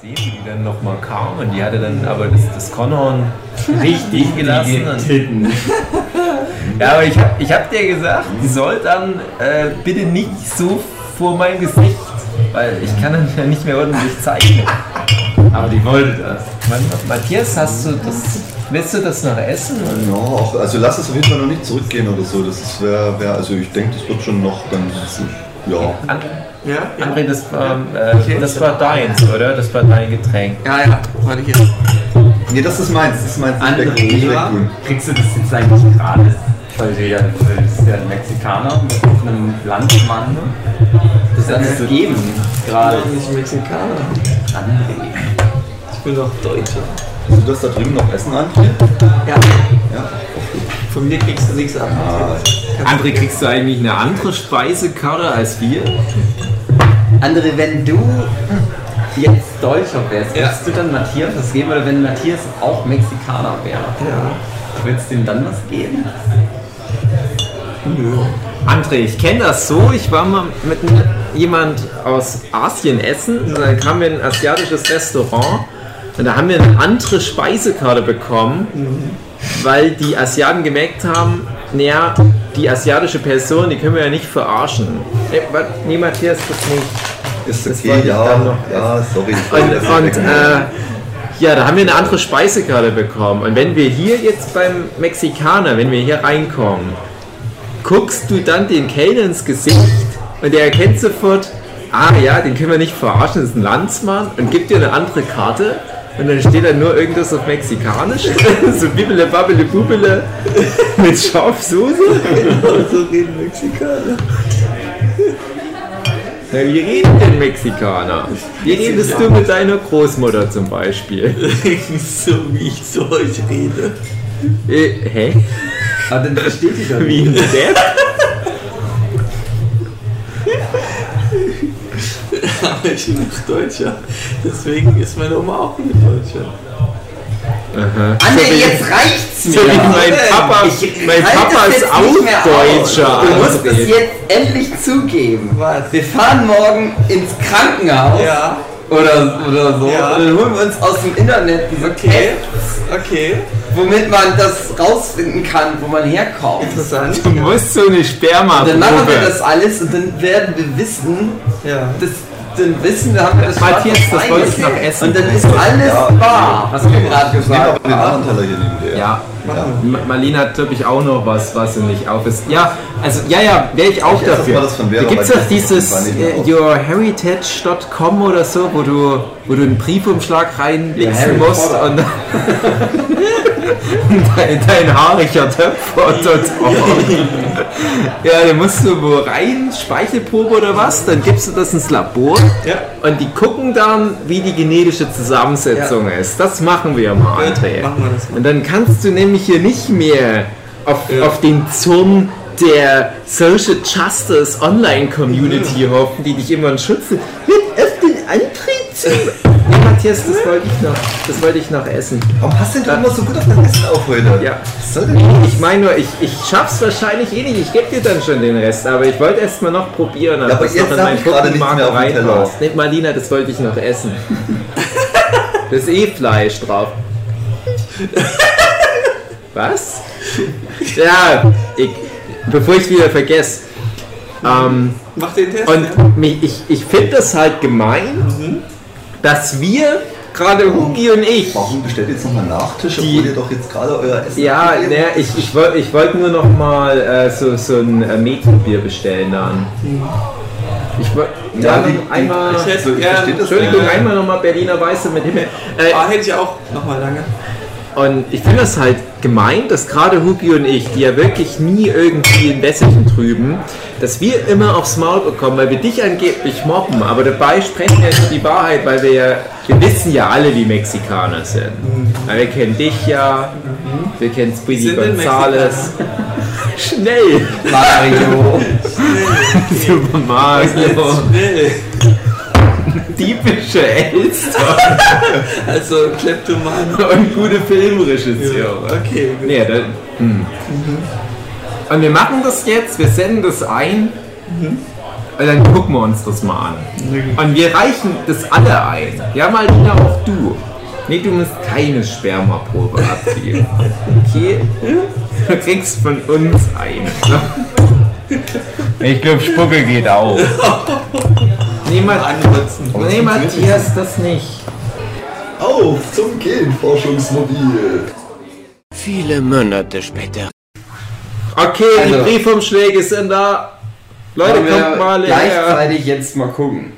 Szenen, die dann nochmal kamen. Die hatte dann aber das, das Konhorn richtig gelassen. Und, Titten. ja, aber ich, hab- ich hab dir gesagt, soll dann äh, bitte nicht so vor mein Gesicht, weil ich kann dann ja nicht mehr ordentlich zeichnen. Aber die wollte das. Man, Matthias, hast du das, willst du das noch essen? Ja, auch- also lass es auf jeden Fall noch nicht zurückgehen oder so. Das wäre, wär, also ich denke, das wird schon noch ganz gut. Ja. An, Ja? Ja, André, das war, äh, das war deins, oder? Das war dein Getränk. ja, ja. warte hier. Nee, das ist meins, das ist meins. Nicht Andere weg- nicht Eva, wegtun. kriegst du das jetzt eigentlich gratis? Weil du ja, du bist ja ein Mexikaner mit einem Landmann. Das hat es geben, Ich gerade. bin nicht Mexikaner. André. Ich bin doch Deutscher. Also du darfst da drüben noch Essen an. Ja. Ja. Von mir kriegst du nichts ab. André, kriegst du eigentlich eine andere Speisekarre als wir? André, wenn du jetzt Deutscher wärst, würdest du dann Matthias was geben? Oder wenn Matthias auch Mexikaner wäre, Ja. würdest du ihm dann was geben? André, ich kenne das so. Ich war mal mit n- jemand aus Asien essen. Und dann kamen wir in ein asiatisches Restaurant. Und da haben wir eine andere Speisekarte bekommen, weil die Asiaten gemerkt haben, naja, die asiatische Person, die können wir ja nicht verarschen. Ey, wa- Nee, Matthias, das nicht. Ist Das okay, wollte ich dann ja. noch Ja, sorry. ich Und, wollte das und wegnehmen. äh, ja, da haben wir eine andere Speisekarte bekommen. Und wenn wir hier jetzt beim Mexikaner, wenn wir hier reinkommen, guckst du dann den Kellner ins Gesicht und der erkennt sofort, ah ja, den können wir nicht verarschen, das ist ein Landsmann und gibt dir eine andere Karte. Und dann steht da nur irgendwas auf Mexikanisch, so bibbele, babbele, bubele, mit Schafsoße. So reden Also Mexikaner. Na, wie reden denn Mexikaner? Wie redest du mit deiner Großmutter zum Beispiel? so wie ich zu euch rede. Äh, hä? Aber Ah, dann versteht die doch nicht. Wie ein Depp? Aber ich bin nicht Deutscher. Deswegen ist meine Oma auch nicht Deutscher. Ah, André, jetzt reicht's mir! So wie mein Papa, mein halte Papa ist das jetzt auch nicht mehr aus. Deutscher. Du musst André. es jetzt endlich zugeben. Was? Wir fahren morgen ins Krankenhaus Ja. oder, oder so Ja. und dann holen wir uns aus dem Internet diese Okay. Tests, Okay. womit man das rausfinden kann, wo man herkommt. Interessant. Du musst so eine Dann machen wir Spermaprobe. das alles und dann werden wir wissen, Ja. das, dann wissen wir, haben wir das Matthias, schwarz auf das weiß. wolltest du noch essen. Und dann ist alles Ja. wahr, was wir gerade Nehmen wir aber gesagt den haben. anderen Teller hier neben dir. Ja, ja. M- Marlene hat, glaube ich, auch noch was, was sie nicht auf ist. Ja, also, ja, ja, wäre ich auch Ich esse dafür. mal das von Vera, da gibt es weil doch die- die war dieses nicht mehr äh, auf. yourheritage.com oder so, wo du, wo du einen Briefumschlag reinlegen Harry musst Potter. und dein, dein haariger Töpfer. Und, und, Ja, dann musst du wo rein, Speichelprobe oder was, dann gibst du das ins Labor Ja. und die gucken dann, wie die genetische Zusammensetzung ist. Das machen wir mal, Ja, André. machen wir das mal. Und dann kannst du nämlich hier nicht mehr auf, Ja. auf den Zorn der Social Justice Online Community hoffen, die dich immer in Schutz nimmt. Mit auf den Antrieb zu. Nee, Matthias, das wollte ich noch, das wollte ich noch essen. Warum passt denn du immer so gut auf dein Essen auf heute? Ja. Was soll denn Ich meine nur, ich, ich schaff's wahrscheinlich eh nicht. Ich gebe dir dann schon den Rest, aber ich wollte erst mal noch probieren. ob Ja, aber das jetzt noch in hab meinen ich gerade nichts Puppenmark mehr auf dem Teller. reinpasst. Nee, Marlina, das wollte ich noch essen. das ist eh Fleisch drauf. Was? Ja, ich, bevor ich wieder vergesse. Ähm, Mach den Test. ja. und mich, ich, ich finde das halt gemein, Mhm. dass wir, gerade Hugi und ich, Warum bestellt ihr jetzt nochmal Nachtisch, Die- obwohl ihr doch jetzt gerade euer Essen Ja, abgegeben ne, habt? ich, ich wollte ich wollt nur noch mal äh, so, so ein äh, Mädchenbier bestellen dann. Ich wollte Ja, ja, die- noch einmal... Ich hätte So, ich gern. verstehe das Entschuldigung, nicht. einmal nochmal Berliner Weiße mit Himmel. Äh, Ah, hätte ich auch. Nochmal lange. und ich finde das halt gemein, dass gerade Hugi und ich, die ja wirklich nie irgendwie ein Wässerchen trüben, dass wir immer aufs Maul bekommen, weil wir dich angeblich mobben, aber dabei sprechen wir nicht die Wahrheit, weil wir ja, wir wissen ja alle, wie Mexikaner sind. Weil wir kennen dich ja, wir kennen Speedy Mhm. Sind denn Gonzales. Schnell! Mario. Super Oh. Mario! Schnell. Typische Elster Also Kleptoman. und gute Filmregisseure. Okay, gut. Nee, da, Mhm. Mhm. Und wir machen das jetzt, wir senden das ein Und dann gucken wir uns das mal an. Und wir reichen das alle ein. Ja, Marlina, auch du. Nee, du musst keine Spermaprobe abgeben. Okay? Du kriegst von uns eine. Ich glaube, Spucke geht auch. Nee, Mat nee Matthias, das nicht. Auf zum Genforschungsmobil! Viele Monate später. Okay, Also. die Briefumschläge sind da. Leute, Wollen wir kommt mal her. gleichzeitig jetzt mal gucken,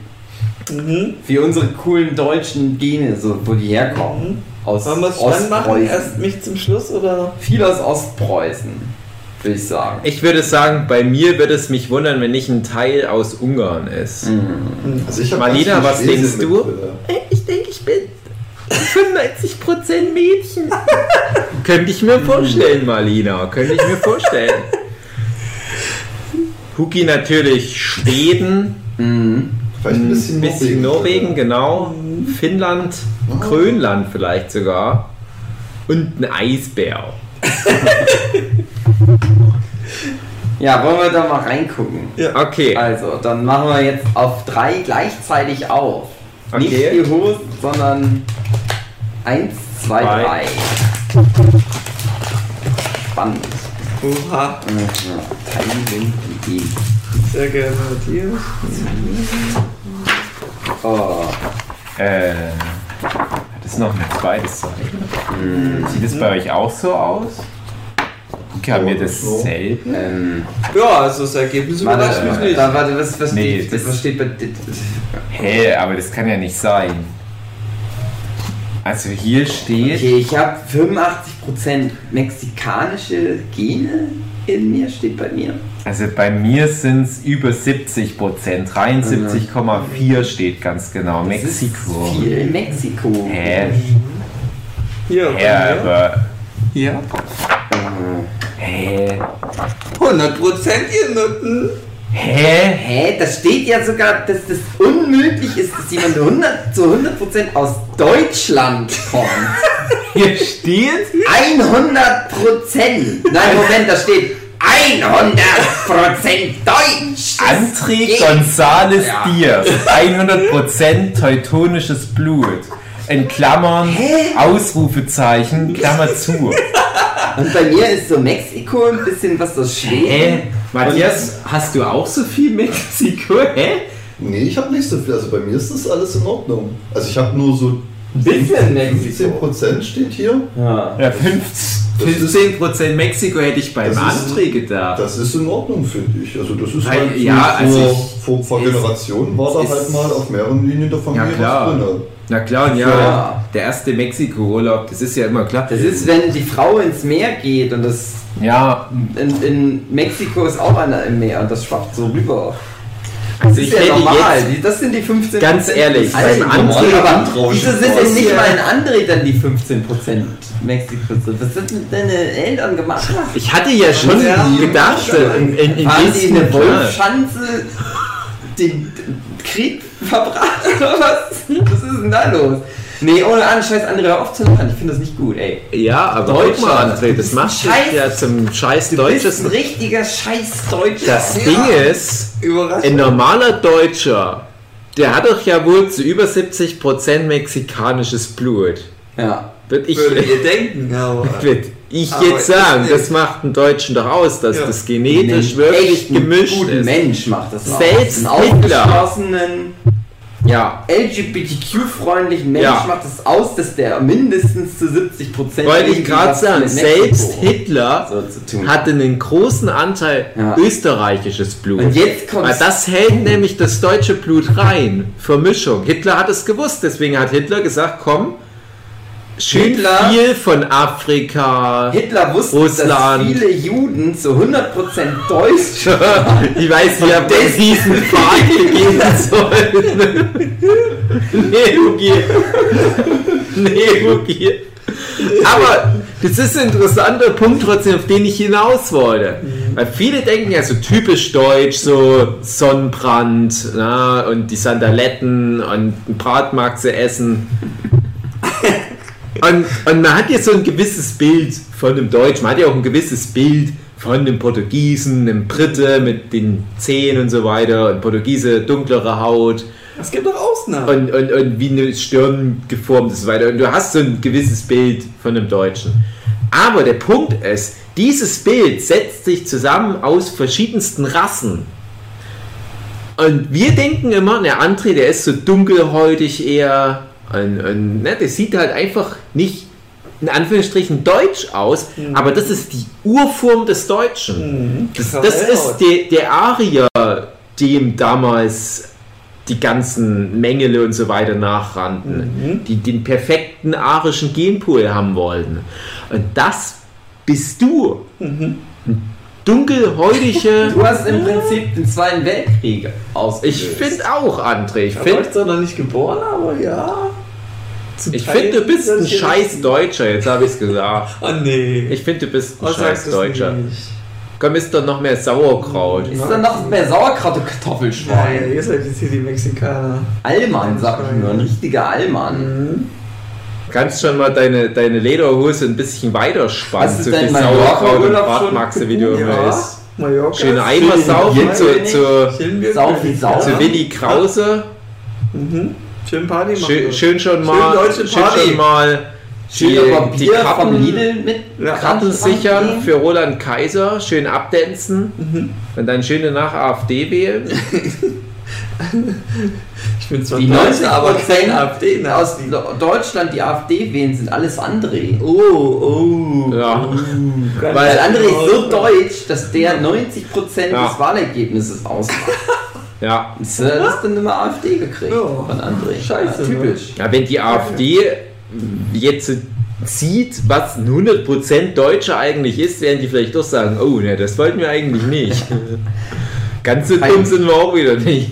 Mhm. wie unsere coolen deutschen Gene, so wo die herkommen. Aus Mhm. Wollen wir es dann machen? Erst Ostpreußen. mich zum Schluss oder? Viel aus Ostpreußen, würde ich sagen. Ich würde sagen, bei mir würde es mich wundern, wenn nicht ein Teil aus Ungarn ist. Also ich hab Marlina, was ganz viel Schweden denkst du? mit, äh, Ich denke, ich bin 95% Mädchen. Könnte ich mir vorstellen, Marlina. Könnte ich mir vorstellen. Huki natürlich Schweden, Vielleicht ein bisschen, ein Hm, bisschen Norwegen, genau. Finnland, Grönland vielleicht sogar. Und ein Eisbär. Ja, wollen wir da mal reingucken? Okay. Also, dann machen wir jetzt auf drei gleichzeitig auf. Nicht Okay. die Hosen, sondern eins, zwei, Drei. drei. Spannend. Oha, Mhm. Teilen und gehen. sehr gerne, Matthias. Oh. Äh, das ist noch ein zweites Zeug. Hm. Sieht es bei euch auch so aus? Okay, haben wir dasselbe? Ähm, Ja, also das Ergebnis überrascht mich warte, nicht. da, warte, was, was, Nee, steht, das- was steht bei. d- d- Hä, aber das kann ja nicht sein. Also hier steht. Okay, ich habe 85% mexikanische Gene in mir, steht bei mir. Also bei mir sind es über 70 Prozent. 73,4 steht ganz genau. Mexiko. Viel Mexiko. Hä? Hier, Hä, aber. ja. Hä? 100 Prozent, ihr Nutten. Hä? Hä, da steht ja sogar, dass das unmöglich ist, dass jemand 100, zu 100% aus Deutschland kommt. Hier steht? 100%! Nein, Moment, da steht 100% Deutsch! André Geht. González Ja. Diaz, 100% teutonisches Blut. In Klammern, Ausrufezeichen, Klammer zu. Und bei mir ist so Mexiko ein bisschen was aus Schweden. Matthias, hast du auch so viel Mexiko? Hä? Nee, ich habe nicht so viel. Also bei mir ist das alles in Ordnung. Also ich habe nur so Ein bisschen 17% steht hier. Ja. Ja, 15% Mexiko hätte ich beim Das ist- André gedacht. Das ist in Ordnung, finde ich. Also das ist Weil, halt so ja, vor, also ich- vor, vor es- Generationen war es da ist- halt mal auf mehreren Linien der Familie Ja, klar. was drin. also. Na klar, und ja, Ja. der erste Mexiko-Urlaub, das ist ja immer klar. Das ist, wenn die Frau ins Meer geht und das ja, in, in Mexiko ist auch einer im Meer und das schwappt so rüber. Das also ist ich ja hätte normal. jetzt, Die- das sind die 15 Ganz ehrlich, also beim André, André- aber wieso sind denn nicht Ja. mal in André dann die 15 Mexiko drin? Was sind denn deine Eltern gemacht? ich hatte ja schon Ja. gedacht, in, in, in Haben die in diesem der Plan. Wolfschanze den Krieg verbrannt oder was? Was ist denn da los? Nee, ohne an, scheiß André auf zu lachen. Ich finde das nicht gut, ey. Ja, aber guck mal, André, das machst du Scheiß- ja zum scheiß Du bist Deutsches. ein richtiger scheiß Deutscher. Das Ding ist, Überraschend. ein normaler Deutscher, der hat doch ja wohl zu über 70% mexikanisches Blut. Ja. Wird ich, Würde ihr denken, aber. würd ich Aber jetzt ich sagen, nicht. das macht einen Deutschen doch aus, dass Ja. das genetisch Mensch, wirklich echt einen gemischt guten ist. Mensch macht das auch. Selbst Einen Hitler. aufgeschlossenen, Ja, LGBTQ-freundlichen Mensch Ja. macht es aus, dass der mindestens zu 70 Prozent. wollte ich gerade sagen, selbst Hitler So zu tun. hatte einen großen Anteil Ja. österreichisches Blut. Und jetzt kommt Weil das hält nämlich das deutsche Blut rein. Vermischung. Hitler hat es gewusst, deswegen hat Hitler gesagt, komm, schön Hitler- viel von Afrika. Hitler wusste, dass Russland. viele Juden zu 100% deutsch waren. ich weiß nicht, ob das diesen Pfad begehen soll. nee, Hugi. Nee, Hugi. Aber das ist ein interessanter Punkt trotzdem, auf den ich hinaus wollte. Weil viele denken ja so typisch deutsch, so Sonnenbrand na, und die Sandaletten und einen Bratmarkt zu essen. Und, und man hat ja so ein gewisses Bild von dem Deutschen, man hat ja auch ein gewisses Bild von dem Portugiesen, dem Brite mit den Zehen und so weiter und Portugiese dunklere Haut Es gibt doch Ausnahmen. und, und, und wie eine Stirn geformt ist und so weiter. Und du hast so ein gewisses Bild von einem Deutschen. Aber der Punkt ist, dieses Bild setzt sich zusammen aus verschiedensten Rassen. Und wir denken immer, der André, der ist so dunkelhäutig eher. Und, und, ne, der sieht halt einfach nicht in Anführungsstrichen deutsch aus, aber das ist die Urform des Mhm. Deutschen. Das, das ist der, der Arier, dem damals die ganzen Mängele und so weiter Mhm. nachrannten, die den perfekten arischen Genpool haben wollten. Und das bist du. Mhm. Ein Dunkelhäutige. Du hast im Prinzip den Zweiten Weltkrieg ausgelöst. Ich finde auch, André. Ich Da war ich finde, zwar noch nicht geboren, aber ja. Zum ich Teil find, du bist ein sind wir- scheiß Deutscher. Jetzt habe ich es gesagt. Oh nee. Ich finde, du bist ein Was scheiß sagst du Deutscher. nicht? Komm, ist doch noch mehr Mhm. Sauerkraut. Ist dann noch mehr Sauerkraut und Nein, Kartoffelschwein? ihr seid jetzt hier die Mexikaner. Allmann, sag ich nur. Ein richtiger Allmann. Hm? Kannst schon mal deine, deine Lederhose ein bisschen weiter spannen, Hast du so denn viel mein Sauerkraut und Urlaub schon Bratmaxe, wie du immer isst. Mallorca. Schön einmal saufen Chillen zu, wir zu, Chillen wir Sau wie Sau. zu Willi Krause. Mhm. Schön Party machen. Schön, schön schon mal, deutsche schön Party. schon mal Die, die, aber die Bier vom Krabben, Lidl mit Ja, Krabben Kranz sichern annehmen? für Roland Kaiser, schön abdänzen Mhm. und dann schöne nach AfD wählen. Ich bin zwar Die 90 Deutscher, aber kein Prozent AfD. ne? aus Lo- Deutschland, die AfD wählen, sind alles André. Oh, oh. Ja. Ganz Weil André ist so genau. deutsch, dass der 90% Ja. des Wahlergebnisses ausmacht. Ja. Ist äh, das dann immer AfD gekriegt Ja. von André? Scheiße, Ja, typisch. ja, wenn die AfD jetzt sieht, was ein 100% Deutscher eigentlich ist, werden die vielleicht doch sagen, oh, ne, das wollten wir eigentlich nicht. Ganz so dumm sind wir auch wieder nicht.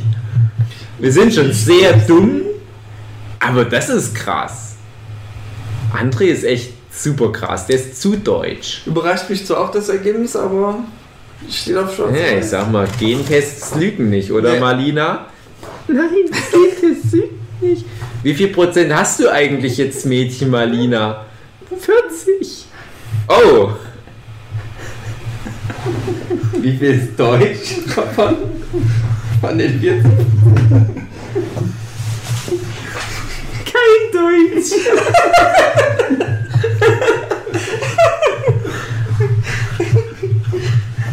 Wir sind schon sehr dumm, aber das ist krass. André ist echt super krass, der ist zu deutsch. Überrascht mich zwar auch das Ergebnis, aber steht auf Schwarz. Ja, ich sag mal, Gentests lügen nicht, oder Nee. Marlina? Nein, Gentests lügen nicht. Wie viel Prozent hast du eigentlich jetzt, Mädchen Marlina? 40. Oh, Wie viel ist deutsch von, von den 40? kein Deutsch.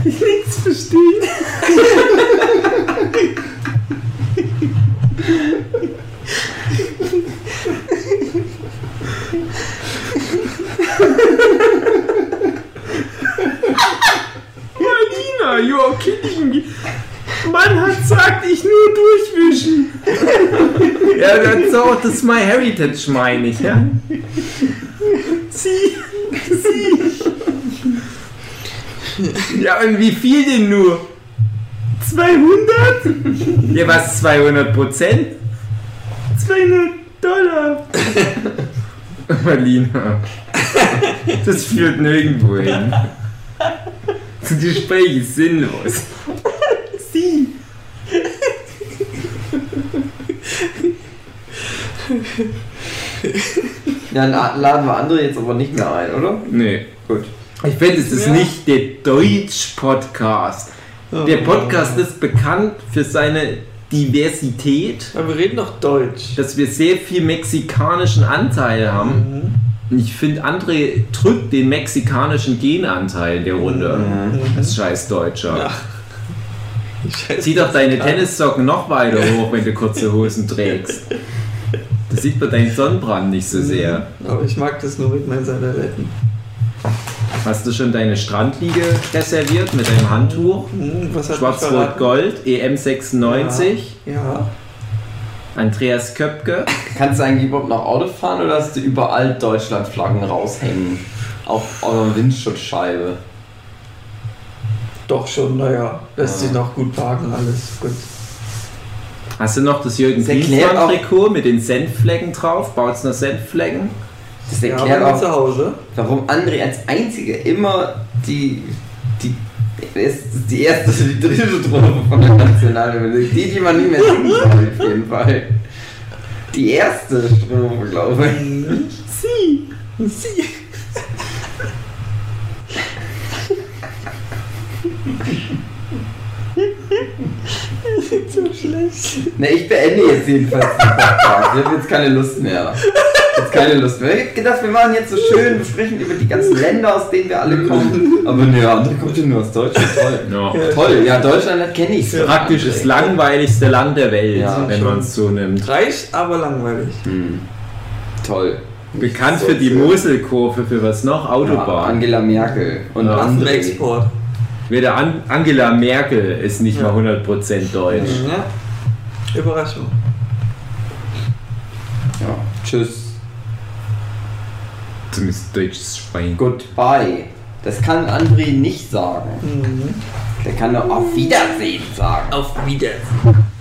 nichts verstehen. Marlina, you are kidding me. Mann hat sagt, ich nur durchwischen. ja, das ist auch das My Heritage, meine ich, ja. Sie, sie. Ja, und wie viel denn nur? 200? Ja, was 200 Prozent? 200 Dollar. Marlina, das führt nirgendwo hin. Das Gespräch ist sinnlos. Sie. Ja, na, laden wir André jetzt aber nicht mehr ein, oder? Nee, gut. Ich finde, es ist Ja. nicht der Deutsch-Podcast. Der Podcast ist bekannt für seine Diversität, Aber wir reden doch Deutsch. dass wir sehr viel mexikanischen Anteil haben. Und ich finde, André drückt den mexikanischen Genanteil in der Runde. Als scheiß Deutscher. Scheiße. Zieh doch deine Tennissocken noch weiter hoch, wenn du kurze Hosen trägst. Das sieht man deinen Sonnenbrand nicht so sehr. Aber ich mag das nur mit meinen Sandaletten. Hast du schon deine Strandliege reserviert mit deinem Handtuch? Hm, was hat mich verraten? Schwarz-Rot-Gold, E EM96, Ja. Andreas Köpke. Kannst du eigentlich überhaupt noch Auto fahren oder hast du überall Deutschlandflaggen raushängen? Auf eurer Windschutzscheibe. Doch schon, naja. Ah. Lässt sich noch gut parken, alles gut. Hast du noch das Jürgen Das erklärt auch- Klinsmann-Trikot mit den Senfflecken drauf? Baut's noch Senfflecken? Das Ja, erklärt aber zu auch, Hause. warum André als einziger immer die, die, ist die erste, die dritte Strophe von der Nationalhymne. Die, die man nicht mehr singen soll, auf jeden Fall. Die erste Strophe, glaube ich. Sie! Sie! Na, ich beende jetzt jedenfalls den Podcast. Ich habe jetzt keine Lust mehr. Jetzt keine Lust mehr. Ich hab gedacht, wir machen jetzt so schön, wir sprechen über die ganzen Länder, aus denen wir alle kommen. Aber ne, andere kommt ja nur aus Deutschland. Toll. Ja. Toll, ja, Deutschland, das kenne ich. Praktisch das langweiligste Land der Welt, Ja, wenn man es so nimmt. Reich, aber langweilig. Hm. Toll. Bekannt für die Moselkurve, für was noch? Ja, Autobahn. Angela Merkel und Ja. andere. Export. Weder An Angela Merkel ist nicht Ja. mal 100% deutsch. Ja. Überraschung. Ja. Tschüss. Zumindest deutsches Schwein. Goodbye. Das kann Mhm. André nicht sagen. Der kann nur auf Wiedersehen sagen. Auf Wiedersehen.